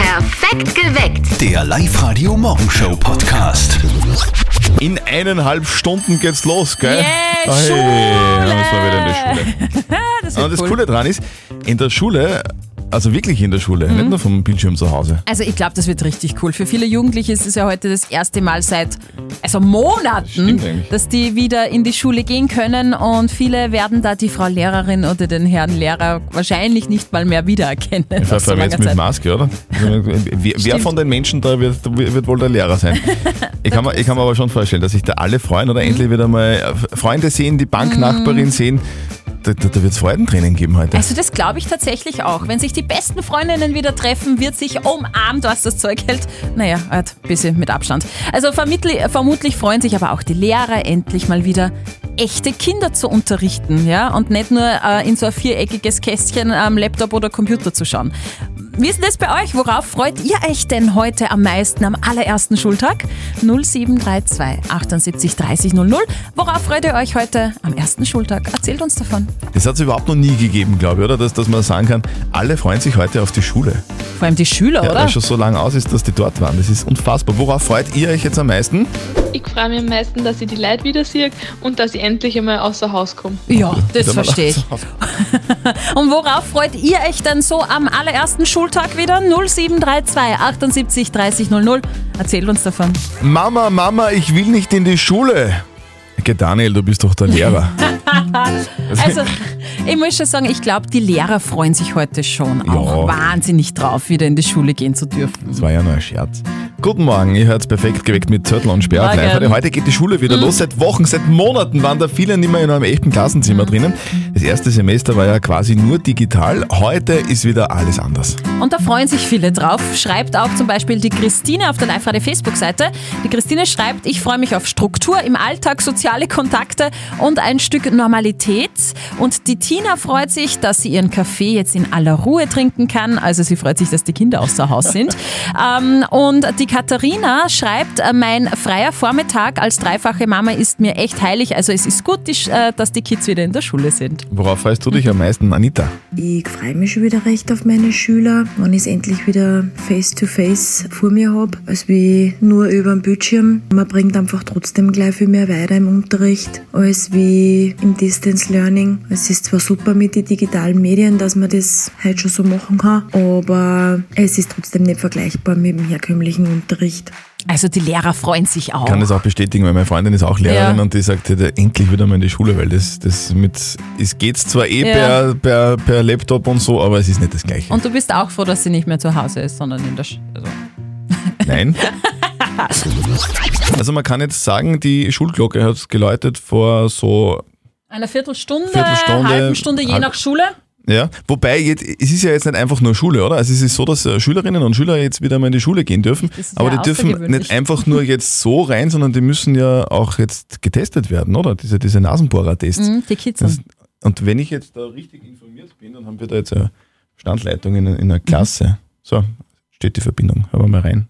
Perfekt geweckt. Der Live-Radio Morgenshow Podcast. In eineinhalb Stunden geht's los, gell? Yeah, Oi, Schule! dann müssen wir wieder in die Schule. Das Und wird das cool. Coole dran ist, in der Schule, also wirklich in der Schule, Mhm. nicht nur vom Bildschirm zu Hause. Also ich glaube, das wird richtig cool. Für viele Jugendliche ist es ja heute das erste Mal seit also Monaten, Stimmt eigentlich. dass die wieder in die Schule gehen können und viele werden da die Frau Lehrerin oder den Herrn Lehrer wahrscheinlich nicht mal mehr wiedererkennen. nach Vor so allem langer jetzt mit Zeit. Maske, oder? Also, Wer, wer Stimmt. von den Menschen da wird, wird wohl der Lehrer sein? Ich kann, mir, ich kann mir aber schon vorstellen, dass sich da alle freuen oder Mhm. endlich wieder mal äh, Freunde sehen, die Banknachbarin sehen. Da, da, da wird es Freudentränen geben heute. Also das glaube ich tatsächlich auch. Wenn sich die besten Freundinnen wieder treffen, wird sich umarmt, was das Zeug hält. Naja, halt ein bisschen mit Abstand. Also vermittli- vermutlich freuen sich aber auch die Lehrer endlich mal wieder echte Kinder zu unterrichten, ja, und nicht nur äh, in so ein viereckiges Kästchen am Laptop oder Computer zu schauen. Wie ist denn das bei euch? Worauf freut ihr euch denn heute am meisten am allerersten Schultag? 0732 78 30 00. Worauf freut ihr euch heute am ersten Schultag? Erzählt uns davon. Das hat es überhaupt noch nie gegeben, glaube ich, oder? Dass, dass man sagen kann, alle freuen sich heute auf die Schule. Vor allem die Schüler, Ja, oder? weil es schon so lange aus ist, dass die dort waren. Das ist unfassbar. Worauf freut ihr euch jetzt am meisten? Ich freue mich am meisten, dass ich die Leute wieder sehe und dass ich endlich einmal außer Haus komme. Ja, das Wenn man verstehe ich. zu Hause- Und worauf freut ihr euch denn so am allerersten Schultag wieder? 0732 78 30 00. Erzählt uns davon. Mama, Mama, ich will nicht in die Schule. Okay, Daniel, du bist doch der Lehrer. Also, ich muss schon sagen, ich glaube, die Lehrer freuen sich heute schon auch wahnsinnig drauf, wieder in die Schule gehen zu dürfen. Das war ja nur ein Scherz. Guten Morgen, ihr hört's perfekt geweckt mit Zörtel und Sperr. auf Morgen. Mhm. Live. Heute- Heute geht die Schule wieder los. Seit Wochen, seit Monaten waren da viele nicht mehr in einem echten Mhm. Klassenzimmer drinnen. Das erste Semester war ja quasi nur digital. Heute ist wieder alles anders. Und da freuen sich viele drauf. Schreibt auch zum Beispiel die Christine auf der Live-Radio Facebook-Seite. Die Christine schreibt, ich freue mich auf Struktur im Alltag, soziale Kontakte und ein Stück Normalität. Und die Tina freut sich, dass sie ihren Kaffee jetzt in aller Ruhe trinken kann. Also sie freut sich, dass die Kinder außer Haus sind. ähm, und die Katharina schreibt, äh, mein freier Vormittag als dreifache Mama ist mir echt heilig. Also es ist gut, die, Sch- äh, dass die Kids wieder in der Schule sind. Worauf freust du dich am meisten, Anita? Ich freue mich schon wieder recht auf meine Schüler, wenn ich es endlich wieder face-to-face vor mir habe, als wie nur über den Bildschirm. Man bringt einfach trotzdem gleich viel mehr weiter im Unterricht, als wie im Distance Learning. Es ist zwar super mit den digitalen Medien, dass man das heute schon so machen kann, aber es ist trotzdem nicht vergleichbar mit dem herkömmlichen Unterricht. Also die Lehrer freuen sich auch. Ich kann das auch bestätigen, weil meine Freundin ist auch Lehrerin Ja. und die sagt, ja, endlich wieder mal in die Schule, weil das, das mit, es geht zwar eh Ja. per, per, per Laptop und so, aber es ist nicht das Gleiche. Und du bist auch froh, dass sie nicht mehr zu Hause ist, sondern in der Sch also. Nein. Also man kann jetzt sagen, die Schulglocke hat geläutet vor so, Einer Viertelstunde, Viertelstunde, halben Stunde, je halb- nach Schule. ja. Wobei, jetzt, es ist ja jetzt nicht einfach nur Schule, oder? Also es ist so, dass äh, Schülerinnen und Schüler jetzt wieder mal in die Schule gehen dürfen, Das ist aber ja die dürfen außergewöhnlich. nicht einfach nur jetzt so rein, sondern die müssen ja auch jetzt getestet werden, oder? Diese, diese Nasenbohrer-Tests. Mhm, die Kids. Das, und wenn ich jetzt da richtig informiert bin, dann haben wir da jetzt eine Standleitung in, in einer Klasse. So, steht die Verbindung. Hören wir mal rein.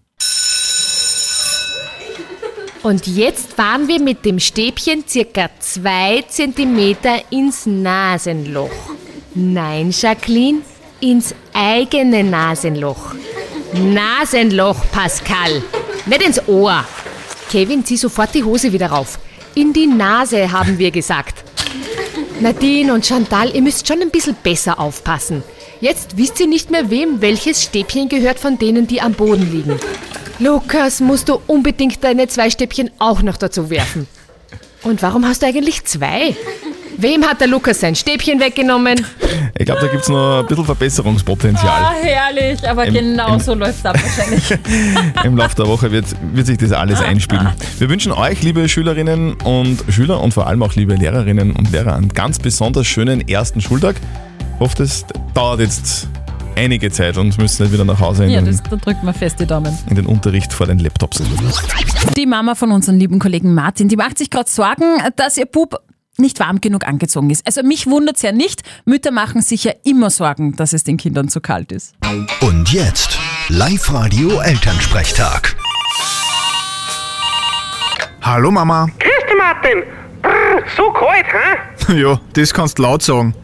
Und jetzt fahren wir mit dem Stäbchen circa zwei Zentimeter ins Nasenloch. Nein, Jacqueline, ins eigene Nasenloch. Nasenloch, Pascal. Nicht ins Ohr. Kevin, zieh sofort die Hose wieder rauf. In die Nase, haben wir gesagt. Nadine und Chantal, ihr müsst schon ein bisschen besser aufpassen. Jetzt wisst ihr nicht mehr, wem welches Stäbchen gehört von denen, die am Boden liegen. Lukas, musst du unbedingt deine zwei Stäbchen auch noch dazu werfen. Und warum hast du eigentlich zwei? Wem hat der Lukas sein Stäbchen weggenommen? Ich glaube, da gibt es noch ein bisschen Verbesserungspotenzial. Ah, herrlich, aber Im- genau im- so läuft es ab wahrscheinlich. Im Laufe der Woche wird, wird sich das alles einspielen. Wir wünschen euch, liebe Schülerinnen und Schüler und vor allem auch liebe Lehrerinnen und Lehrer, einen ganz besonders schönen ersten Schultag. Ich hoffe, das dauert jetzt einige Zeit und müssen nicht wieder nach Hause in, ja, den, das, da drückt man fest die Daumen. in den Unterricht vor den Laptops. Die Mama von unserem lieben Kollegen Martin, die macht sich gerade Sorgen, dass ihr Bub nicht warm genug angezogen ist. Also mich wundert es ja nicht, Mütter machen sich ja immer Sorgen, dass es den Kindern zu kalt ist. Und jetzt Live-Radio Elternsprechtag. Hallo Mama. Grüß dich, Martin. Brr, so kalt, hä? Ja, das kannst laut sagen.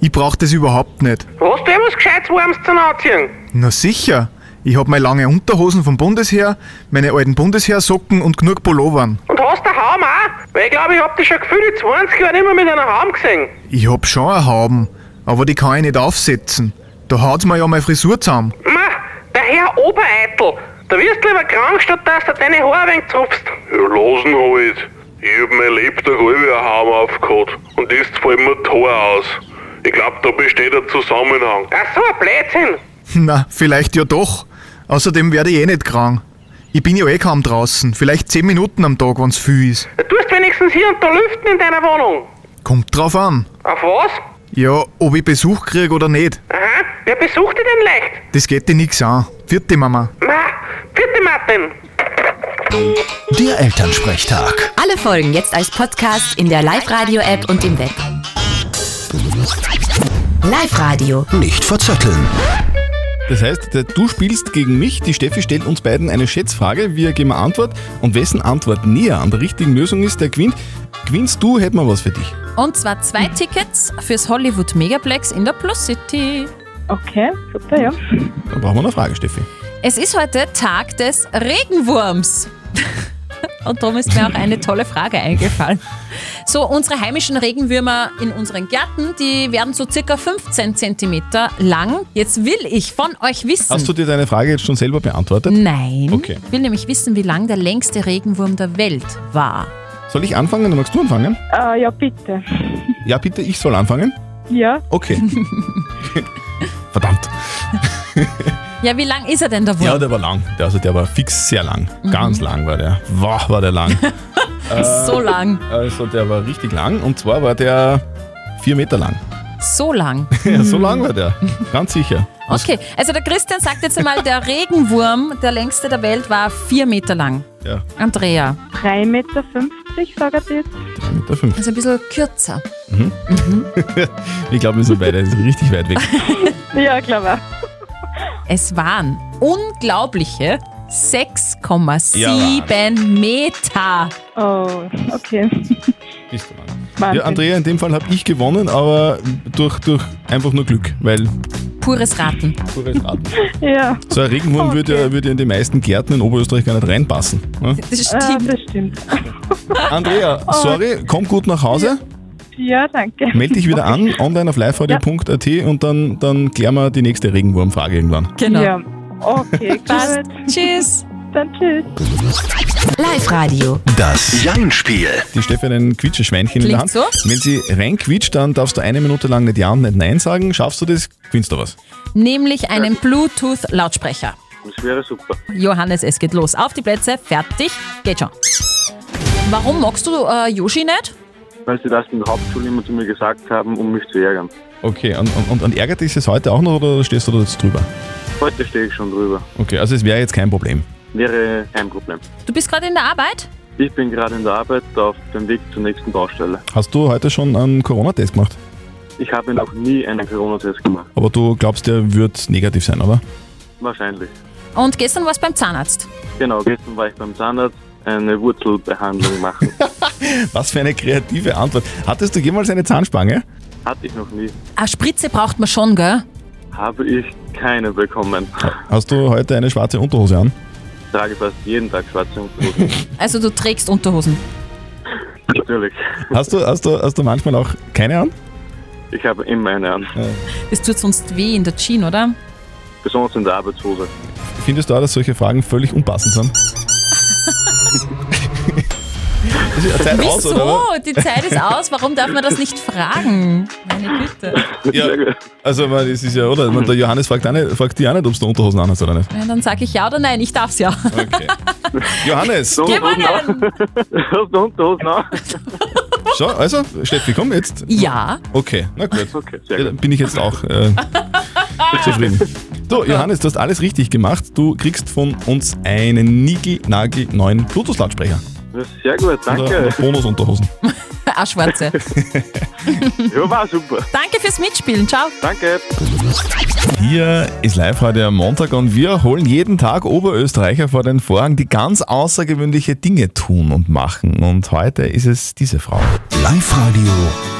Ich brauch das überhaupt nicht. Hast du eh was Gescheites Warmes zum Anziehen? Na sicher. Ich habe meine lange Unterhosen vom Bundesheer, meine alten Bundesheersocken und genug Pullovern. Und hast du Haum auch? Weil ich glaube, ich hab dich schon gefühlt in 20 Jahren immer mit einer Haum gesehen. Ich hab schon eine Hauben, aber die kann ich nicht aufsetzen. Da haut's mir ja meine Frisur zusammen. Ma, der Herr Obereitel, da wirst du lieber krank, statt dass du deine Haare ein wenig zupfst. Ja, lassen halt. Ich hab mein Lebtag halbe ein Haum aufgehabt und jetzt fällt mir die Haare aus. Ich glaub, da besteht ein Zusammenhang. Ach so, ein Blödsinn. Na, vielleicht ja doch. Außerdem werde ich eh nicht krank. Ich bin ja eh kaum draußen, vielleicht 10 Minuten am Tag, wenn's viel ist. Du tust wenigstens hier und da lüften in deiner Wohnung. Kommt drauf an. Auf was? Ja, ob ich Besuch krieg oder nicht, Aha, wer besucht dich denn leicht? das geht dir nix an. Vierte Mama. Ma, bitte Martin. Der Elternsprechtag. Alle Folgen jetzt als Podcast in der Live-Radio-App und im Web. Live-Radio. Nicht verzetteln. Das heißt, der- du spielst gegen mich, die Steffi stellt uns beiden eine Schätzfrage, wir geben eine Antwort und wessen Antwort näher an der richtigen Lösung ist, der gewinnt. Gewinnst du, hätten wir was für dich. Und zwar zwei Tickets fürs Hollywood Megaplex in der Plus City. Okay, super, ja. Da brauchen wir eine Frage, Steffi. Es ist heute Tag des Regenwurms. Und darum ist mir auch eine tolle Frage eingefallen. So, unsere heimischen Regenwürmer in unseren Gärten, die werden so circa 15 cm lang. Jetzt will ich von euch wissen. Hast du dir deine Frage jetzt schon selber beantwortet? Nein. Okay. Ich will nämlich wissen, wie lang der längste Regenwurm der Welt war. Soll ich anfangen oder magst du anfangen? Äh, ja, bitte. Ja, bitte, ich soll anfangen. Ja, Okay. Verdammt. Ja, wie lang ist er denn der Wurm? Ja, der war lang. Der, also der war fix sehr lang. Ganz lang war der. Wow, war der lang. so lang. also der war richtig lang und zwar war der vier Meter lang. So lang. Ja, so lang war der. Ganz sicher. Okay, also der Christian sagt jetzt einmal, der Regenwurm, der längste der Welt, war vier Meter lang. Ja, Andrea, 3,50 Meter, sagt er jetzt. 3,50 Meter. Fünf. also ein bisschen kürzer. Ich glaube, wir sind beide richtig weit weg. Ja, glaube Es waren unglaubliche 6,7 Ja, Wahnsinn. Meter. ich. Oh, okay. Bist du mal. Wahnsinn. Ja, Andrea, in dem Fall habe ich gewonnen, aber durch, durch einfach nur Glück, weil Pures Raten. pures Raten. Ja, so ein Regenwurm würde, ja, würde ja in die meisten Gärten in Oberösterreich gar nicht reinpassen. ne? Das ah, stimmt. das stimmt. Andrea, sorry, komm gut nach Hause, Ja, danke. melde dich wieder an, online auf liveradio.at und dann, dann klären wir die nächste Regenwurmfrage irgendwann. Genau. Ja, okay, Passt. gut. Tschüss. Dann tschüss. Live-Radio. Das Jein-Spiel. Die Steffi hat ein Quietscheschweinchen in der Hand. Klingt so. Wenn sie reinquietscht, dann darfst du eine Minute lang nicht Ja und nicht Nein sagen. Schaffst du das, gewinnst du was. Nämlich einen Bluetooth-Lautsprecher. Das wäre super. Johannes, es geht los. Auf die Plätze, fertig, geht schon. Warum magst du äh, Yoshi nicht? Weil sie das in der Hauptschule immer zu mir gesagt haben, um mich zu ärgern. Okay, und, und- und, und ärgert dich das heute auch noch oder stehst du da jetzt drüber? Heute stehe ich schon drüber. Okay, also es wäre jetzt kein Problem. Wäre kein Problem. Du bist gerade in der Arbeit? Ich bin gerade in der Arbeit auf dem Weg zur nächsten Baustelle. Hast du heute schon einen Corona-Test gemacht? Ich habe noch nie einen Corona-Test gemacht. Aber du glaubst, der wird negativ sein, oder? Wahrscheinlich. Und gestern warst du beim Zahnarzt. Genau, gestern war ich beim Zahnarzt eine Wurzelbehandlung machen. Was für eine kreative Antwort. Hattest du jemals eine Zahnspange? Hatte ich noch nie. Eine Spritze braucht man schon, gell? Habe ich keine bekommen. Hast du heute eine schwarze Unterhose an? Trage fast jeden Tag schwarze Hosen. Also du trägst Unterhosen. Natürlich. Hast du, hast du, hast du manchmal auch keine an? Ich habe immer eine an. Das tut sonst weh in der Jeans, oder? Besonders in der Arbeitshose. Findest du auch, dass solche Fragen völlig unpassend sind? Das ist ja Zeit aus, oder? Wieso? Die Zeit ist aus. Warum darf man das nicht fragen? Meine Güte. was? Ja, also, ich meine, das ist ja, oder? Ich meine, Der Johannes fragt, auch nicht, fragt dich auch nicht, ob du Unterhosen an hast oder nicht. Ja, dann sage ich ja oder nein. Ich darf's ja. Okay. Johannes, So, Gewonnen! Hast du Unterhosen an? schau, also, Steffi, komm jetzt. Ja. Okay, na gut. Okay, Ja, sehr dann gut. bin ich jetzt auch äh, zufrieden. So, Johannes, du hast alles richtig gemacht. Du kriegst von uns einen niegelnagelneuen Bluetooth-Lautsprecher. Das ist Sehr gut, Oder- danke. oder Bonusunterhosen. Auch schwarze. Ja, war super. Danke fürs Mitspielen. Ciao. Danke. Hier ist Live-Radio am Montag und wir holen jeden Tag Oberösterreicher vor den Vorhang, die ganz außergewöhnliche Dinge tun und machen. Und heute ist es diese Frau. Live-Radio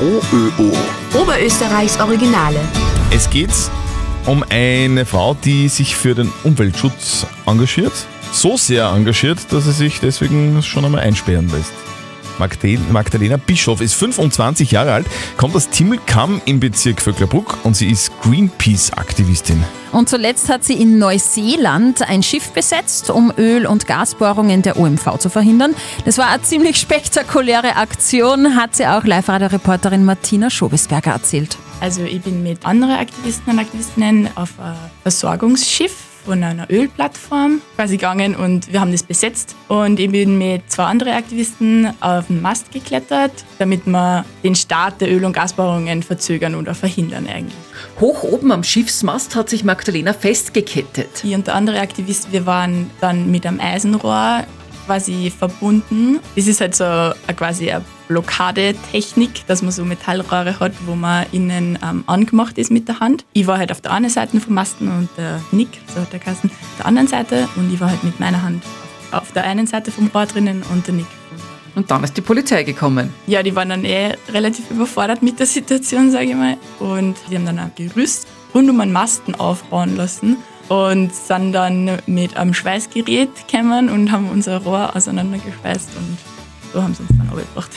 OÖO. Oberösterreichs Originale. Es geht um eine Frau, die sich für den Umweltschutz engagiert. So sehr engagiert, dass sie sich deswegen schon einmal einsperren lässt. Magde- Magdalena Bischof ist 25 Jahre alt, kommt aus Timmelkamm im Bezirk Vöcklerbruck und sie ist Greenpeace-Aktivistin. Und zuletzt hat sie in Neuseeland ein Schiff besetzt, um Öl- und Gasbohrungen der OMV zu verhindern. Das war eine ziemlich spektakuläre Aktion, hat sie auch Live-Radio-Reporterin Martina Schobesberger erzählt. Also ich bin mit anderen Aktivisten und Aktivistinnen auf ein Versorgungsschiff von einer Ölplattform quasi gegangen und wir haben das besetzt. Und ich bin mit zwei anderen Aktivisten auf den Mast geklettert, damit wir den Start der Öl- und Gasbohrungen verzögern oder verhindern eigentlich. Hoch oben am Schiffsmast hat sich Magdalena festgekettet. Ich und der andere Aktivist, wir waren dann mit einem Eisenrohr quasi verbunden. Das ist halt so eine, quasi eine Blockadetechnik, dass man so Metallrohre hat, wo man innen ähm, angemacht ist mit der Hand. Ich war halt auf der einen Seite vom Masten und der Nick, so hat der Kasten, auf der anderen Seite und ich war halt mit meiner Hand auf der einen Seite vom Rohr drinnen und der Nick. Und dann ist die Polizei gekommen. Ja, die waren dann eh relativ überfordert mit der Situation, sage ich mal. Und die haben dann ein Gerüst rund um einen Masten aufbauen lassen und sind dann mit einem Schweißgerät gekommen und haben unser Rohr auseinandergeschweißt und so haben sie uns dann abgebracht.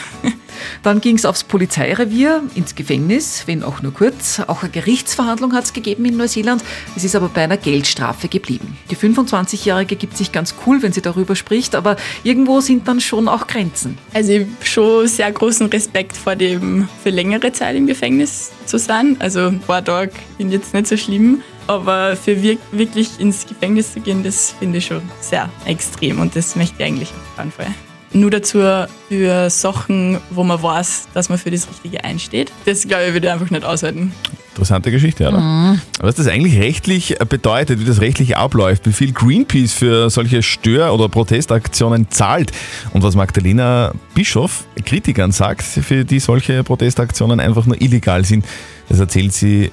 Dann ging es aufs Polizeirevier, ins Gefängnis, wenn auch nur kurz. Auch eine Gerichtsverhandlung hat es gegeben in Neuseeland. Es ist aber bei einer Geldstrafe geblieben. Die 25-Jährige gibt sich ganz cool, wenn sie darüber spricht, aber irgendwo sind dann schon auch Grenzen. Also ich habe schon sehr großen Respekt vor dem, für längere Zeit im Gefängnis zu sein. Also ein paar Tage sind jetzt nicht so schlimm, aber für wir- wirklich ins Gefängnis zu gehen, das finde ich schon sehr extrem und das möchte ich eigentlich auf keinen Fall. Nur dazu für Sachen, wo man weiß, dass man für das Richtige einsteht. Das glaube ich würde ich einfach nicht aushalten. Interessante Geschichte, oder? Mhm. Was das eigentlich rechtlich äh, bedeutet, wie das rechtlich abläuft, wie viel Greenpeace für solche Stör- oder Protestaktionen zahlt und was Magdalena Bischof Kritikern sagt, für die solche Protestaktionen einfach nur illegal sind, das erzählt sie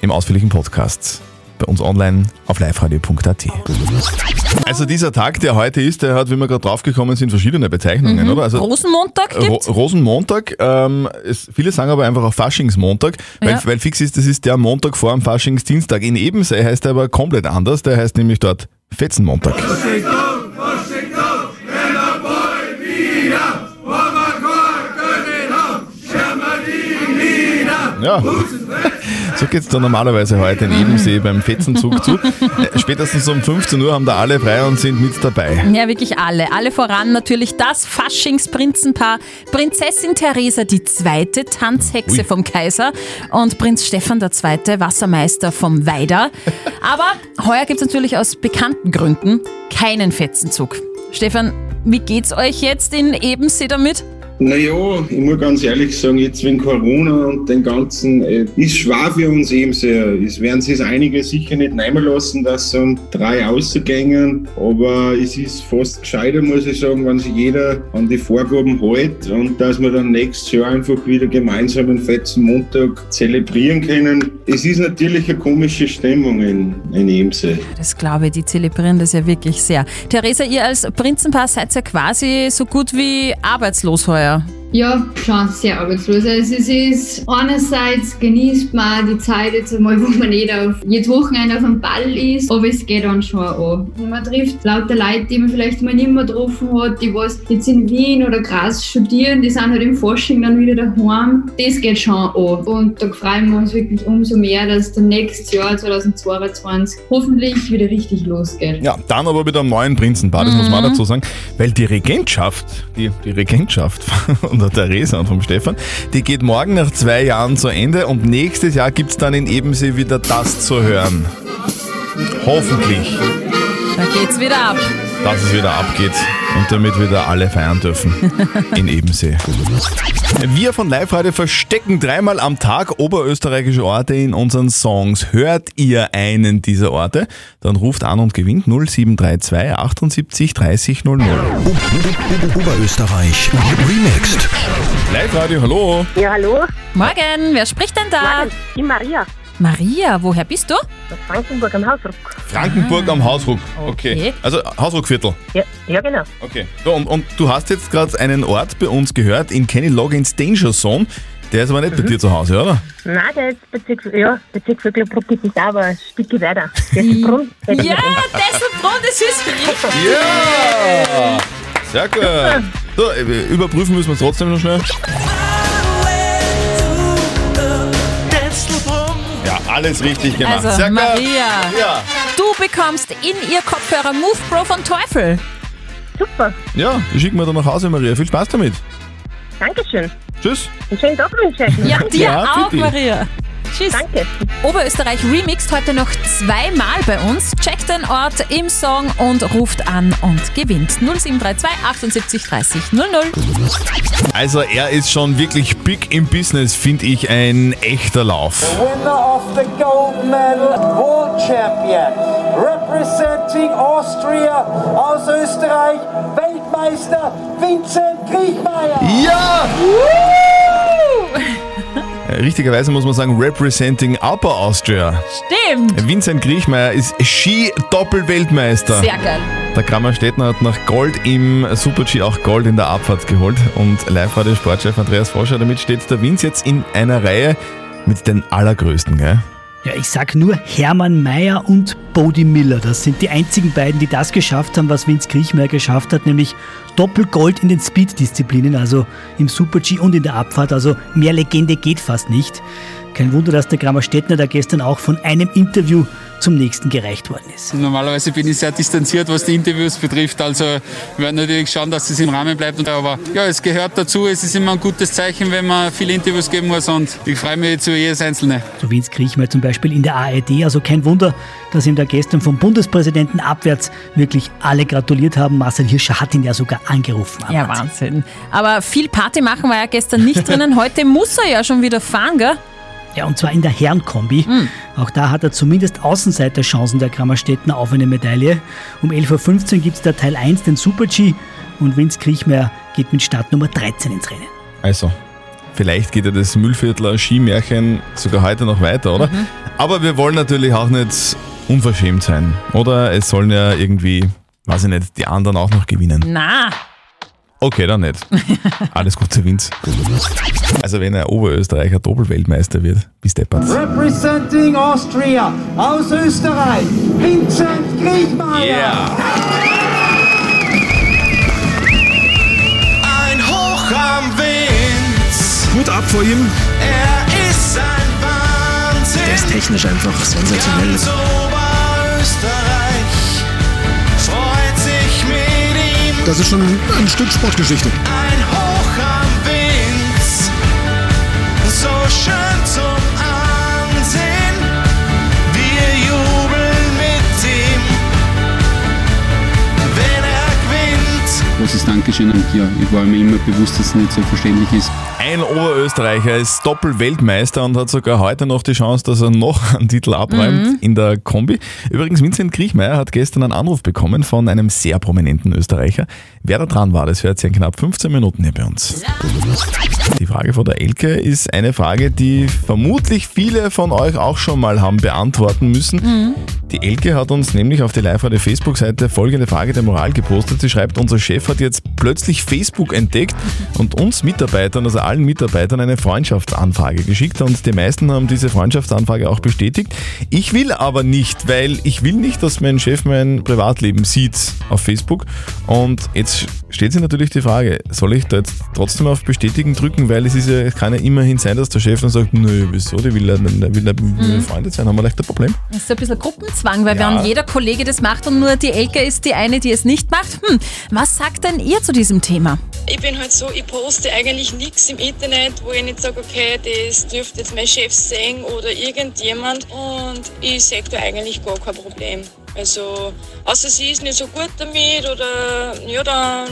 im ausführlichen Podcast bei uns online auf liveradio.at. Also dieser Tag, der heute ist, der hat, wie wir gerade draufgekommen sind, verschiedene Bezeichnungen, Mhm. oder? Also Rosenmontag Ro gibt's? Rosenmontag. Ähm, es, viele sagen aber einfach auch Faschingsmontag, weil, Ja. weil fix ist, das ist der Montag vor dem Faschingsdienstag. In Ebensee heißt er aber komplett anders. Der heißt nämlich dort Fetzenmontag. Ja. So geht's da normalerweise heute in Ebensee beim Fetzenzug zu. Äh, Spätestens um 15 Uhr haben da alle frei und sind mit dabei. Ja, wirklich alle. Alle voran natürlich das Faschingsprinzenpaar. Prinzessin Theresa die zweite Tanzhexe Ui. vom Kaiser und Prinz Stefan der zweite Wassermeister vom Weider. Aber heuer gibt es natürlich aus bekannten Gründen keinen Fetzenzug. Stefan, wie geht's euch jetzt in Ebensee damit? Naja, ich muss ganz ehrlich sagen, jetzt wegen Corona und den ganzen, äh, ist schwer für uns eben sehr. Es werden sich einige sicher nicht nehmen lassen, dass so drei auszugängen, aber es ist fast gescheiter, muss ich sagen, wenn sich jeder an die Vorgaben hält und dass wir dann nächstes Jahr einfach wieder gemeinsam einen fetzen Montag zelebrieren können. Es ist natürlich eine komische Stimmung in, in Emse. Das glaube ich, die zelebrieren das ja wirklich sehr. Theresa, ihr als Prinzenpaar seid ja quasi so gut wie arbeitslos heuer. Ja, schon sehr arbeitslos. Also es ist, einerseits genießt man die Zeit jetzt einmal, wo man nicht auf jedes Wochenende auf dem Ball ist, aber es geht dann schon an. Und man trifft lauter Leute, die man vielleicht mal nicht mehr getroffen hat, die was jetzt in Wien oder Graz studieren, die sind halt im Forschung dann wieder daheim. Das geht schon an. Und da freuen wir uns wirklich umso mehr, dass dann nächstes Jahr 2022 hoffentlich wieder richtig losgeht. Ja, dann aber mit einem neuen Prinzenpaar, das muss man auch dazu sagen, weil die Regentschaft, die, die Regentschaft von der Theresa und vom Stefan, die geht morgen nach zwei Jahren zu Ende und nächstes Jahr gibt's dann in Ebensee wieder das zu hören. Hoffentlich, Da geht's wieder ab. dass es wieder abgeht und damit wieder alle feiern dürfen in Ebensee. Wir von Live Radio verstecken dreimal am Tag oberösterreichische Orte in unseren Songs. Hört ihr einen dieser Orte, dann ruft an und gewinnt 0732 78 30 00. Oberösterreich Remixed. Live Radio, hallo. Ja, hallo. Morgen, wer spricht denn da? Die Maria. Maria, woher bist du? Aus Frankenburg am Hausruck. Frankenburg am Hausruck. Okay. Ah. Okay. Also Hausruckviertel. Ja, ja genau. Okay. So, und, und du hast jetzt gerade einen Ort bei uns gehört in Kenny Loggins Danger Zone. Der ist aber Mhm. nicht bei dir zu Hause, oder? Nein, der ist Bezirks, ja, Bezirksvögelbruck gibt es auch, aber ein Stückchen weiter. Der ist Brunn. Ja, Desselbrunn, das ist richtig. Ja! Sehr gut. So, äh, überprüfen müssen wir es trotzdem noch schnell. Ja, alles richtig gemacht. Also, Sehr gut. Maria, Ja. du bekommst in ihr Kopfhörer Move Pro von Teufel. Super, Ja, die schicken wir dann nach Hause, Maria. Viel Spaß damit. Dankeschön. Tschüss. Einen schönen Tag wünsche ich. Ja, dir Ja, für auch, dich. Maria. Tschüss. Danke. Oberösterreich remixt heute noch zweimal bei uns. Checkt den Ort im Song und ruft an und gewinnt. 0732 78 30 00. Also, er ist schon wirklich big im Business, finde ich ein echter Lauf. Winner of the gold medal, world champion, representing Austria aus Österreich, Weltmeister Vincent Kriechmeier. Ja! Äh, Richtigerweise muss man sagen, representing Upper Austria. Stimmt. Vincent Griechmeier ist Ski-Doppelweltmeister. Sehr geil. Der Kramer Stettner hat nach Gold im Super-G auch Gold in der Abfahrt geholt. Und live war der Sportchef Andreas Forscher. Damit steht der Vince jetzt in einer Reihe mit den Allergrößten, gell? Ja, ich sag nur Hermann Mayer und Bodie Miller. Das sind die einzigen beiden, die das geschafft haben, was Vince Kriechmeier geschafft hat, nämlich Doppelgold in den Speed-Disziplinen, also im Super-G und in der Abfahrt. Also mehr Legende geht fast nicht. Kein Wunder, dass der Kramer Stettner da gestern auch von einem Interview zum nächsten gereicht worden ist. Normalerweise bin ich sehr distanziert, was die Interviews betrifft. Also wir werden natürlich schauen, dass es im Rahmen bleibt. Und- Aber ja, es gehört dazu. Es ist immer ein gutes Zeichen, wenn man viele Interviews geben muss. Und ich freue mich zu jedes einzelne. So Vince Kriechmeier zum Beispiel in der ARD. Also kein Wunder, dass ihm da gestern vom Bundespräsidenten abwärts wirklich alle gratuliert haben. Marcel Hirscher hat ihn ja sogar angerufen. Ja, Wahnsinn. Aber viel Party machen war ja gestern nicht drinnen. Heute muss er ja schon wieder fahren, gell? Ja, und zwar in der Herrenkombi. Auch da hat er zumindest Außenseiterchancen der Krammerstädtner auf eine Medaille. Um 11.15 Uhr gibt es da Teil 1, den Super-G. Und Vince Kriechmeier geht mit Startnummer 13 ins Rennen. Also, vielleicht geht ja das Müllviertler Skimärchen sogar heute noch weiter, oder? Aber wir wollen natürlich auch nicht unverschämt sein. Oder es sollen ja irgendwie, weiß ich nicht, die anderen auch noch gewinnen. Na, Okay, dann nicht. Alles Gute, Vince. Also, wenn ein Oberösterreicher Doppelweltmeister wird, bis deppert. Representing Austria aus Österreich, Vincent Kriechmeier. Ein Hoch am Wind. Hut ab vor ihm. Er ist ein Wahnsinn. Der ist technisch einfach sensationell. Ganz Oberösterreich freut sich mit ihm. Das ist schon ein Stück Sportgeschichte. Ein Hoch am Wind. So schön zum Ansehen. Wir jubeln mit ihm, wenn er gewinnt. Großes Dankeschön an dir. Ich war mir immer bewusst, dass es nicht selbstverständlich ist. Ein Oberösterreicher ist Doppelweltmeister und hat sogar heute noch die Chance, dass er noch einen Titel abräumt Mhm. in der Kombi. Übrigens, Vincent Kriechmeier hat gestern einen Anruf bekommen von einem sehr prominenten Österreicher. Wer da dran war, das hört ihr in knapp 15 Minuten hier bei uns. Die Frage von der Elke ist eine Frage, die vermutlich viele von euch auch schon mal haben beantworten müssen. Die Elke hat uns nämlich auf die Live-Radio Facebook-Seite folgende Frage der Moral gepostet. Sie schreibt, unser Chef hat jetzt plötzlich Facebook entdeckt und uns Mitarbeitern, also allen Mitarbeitern, eine Freundschaftsanfrage geschickt und die meisten haben diese Freundschaftsanfrage auch bestätigt. Ich will aber nicht, weil ich will nicht, dass mein Chef mein Privatleben sieht auf Facebook. Und jetzt steht sich natürlich die Frage, soll ich da jetzt trotzdem auf Bestätigen drücken, weil es ist ja, es kann ja immerhin sein, dass der Chef dann sagt, nö, wieso, die will ja nicht- will ja mit mir Mhm. befreundet sein, haben wir leicht ein Problem. Das ist ein bisschen Gruppenzwang, weil Ja. wenn jeder Kollege das macht und nur die Elke ist die eine, die es nicht macht. Hm, was sagt denn ihr zu diesem Thema? Ich bin halt so, ich poste eigentlich nichts im Internet, wo ich nicht sage, okay, das dürfte jetzt mein Chef sehen oder irgendjemand. Und ich sehe da eigentlich gar kein Problem. Also, außer sie ist nicht so gut damit oder ja, dann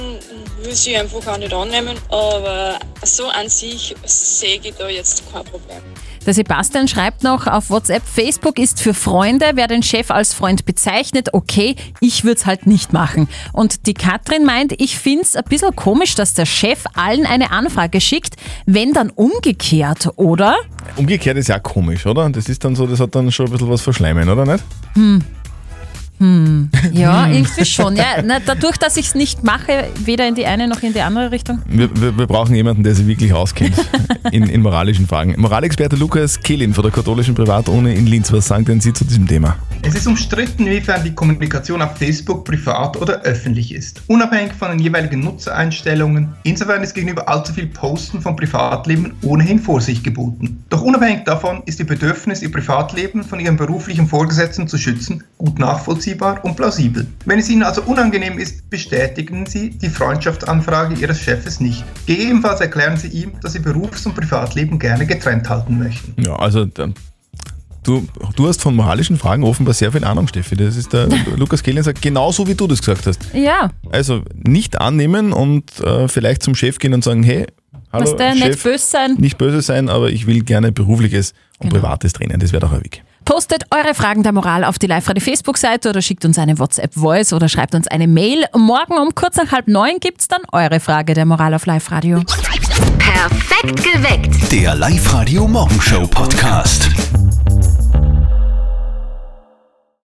will sie einfach auch nicht annehmen. Aber so an sich sehe ich da jetzt kein Problem. Der Sebastian schreibt noch auf WhatsApp, Facebook ist für Freunde, wer den Chef als Freund bezeichnet, okay, ich würde es halt nicht machen. Und die Katrin meint, ich finde es ein bisschen komisch, dass der Chef allen eine Anfrage schickt, wenn dann umgekehrt, oder? Umgekehrt ist ja auch komisch, oder? Das ist dann so, das hat dann schon ein bisschen was verschleimen, oder nicht? Hm. Hm. Ja, irgendwie schon. Ja, na, dadurch, dass ich es nicht mache, weder in die eine noch in die andere Richtung. Wir, wir, wir brauchen jemanden, der sich wirklich auskennt in, in moralischen Fragen. Moralexperte Lukas Kehlin von der katholischen Privatuni in Linz, was sagen denn Sie zu diesem Thema? Es ist umstritten, inwiefern die Kommunikation auf Facebook privat oder öffentlich ist. Unabhängig von den jeweiligen Nutzereinstellungen, insofern ist gegenüber allzu viel Posten von Privatleben ohnehin Vorsicht geboten. Doch unabhängig davon ist ihr Bedürfnis, ihr Privatleben von ihrem beruflichen Vorgesetzten zu schützen, gut nachvollziehbar und plausibel. Wenn es ihnen also unangenehm ist, bestätigen sie die Freundschaftsanfrage ihres Chefes nicht. Gegebenenfalls erklären sie ihm, dass sie Berufs- und Privatleben gerne getrennt halten möchten. Ja, also dann- du, du hast von moralischen Fragen offenbar sehr viel Ahnung, Steffi. Das ist der Lukas Kehlin sagt, genauso wie du das gesagt hast. Ja, Also nicht annehmen und äh, vielleicht zum Chef gehen und sagen, hey, hallo, was der Chef, nicht böse sein. nicht böse sein, aber ich will gerne berufliches und Genau. privates trennen. Das wäre doch ein Weg. Postet eure Fragen der Moral auf die Live-Radio Facebook-Seite oder schickt uns eine WhatsApp-Voice oder schreibt uns eine Mail. Morgen um kurz nach halb neun gibt's dann eure Frage der Moral auf Live-Radio. Der Live-Radio Morgenshow Podcast.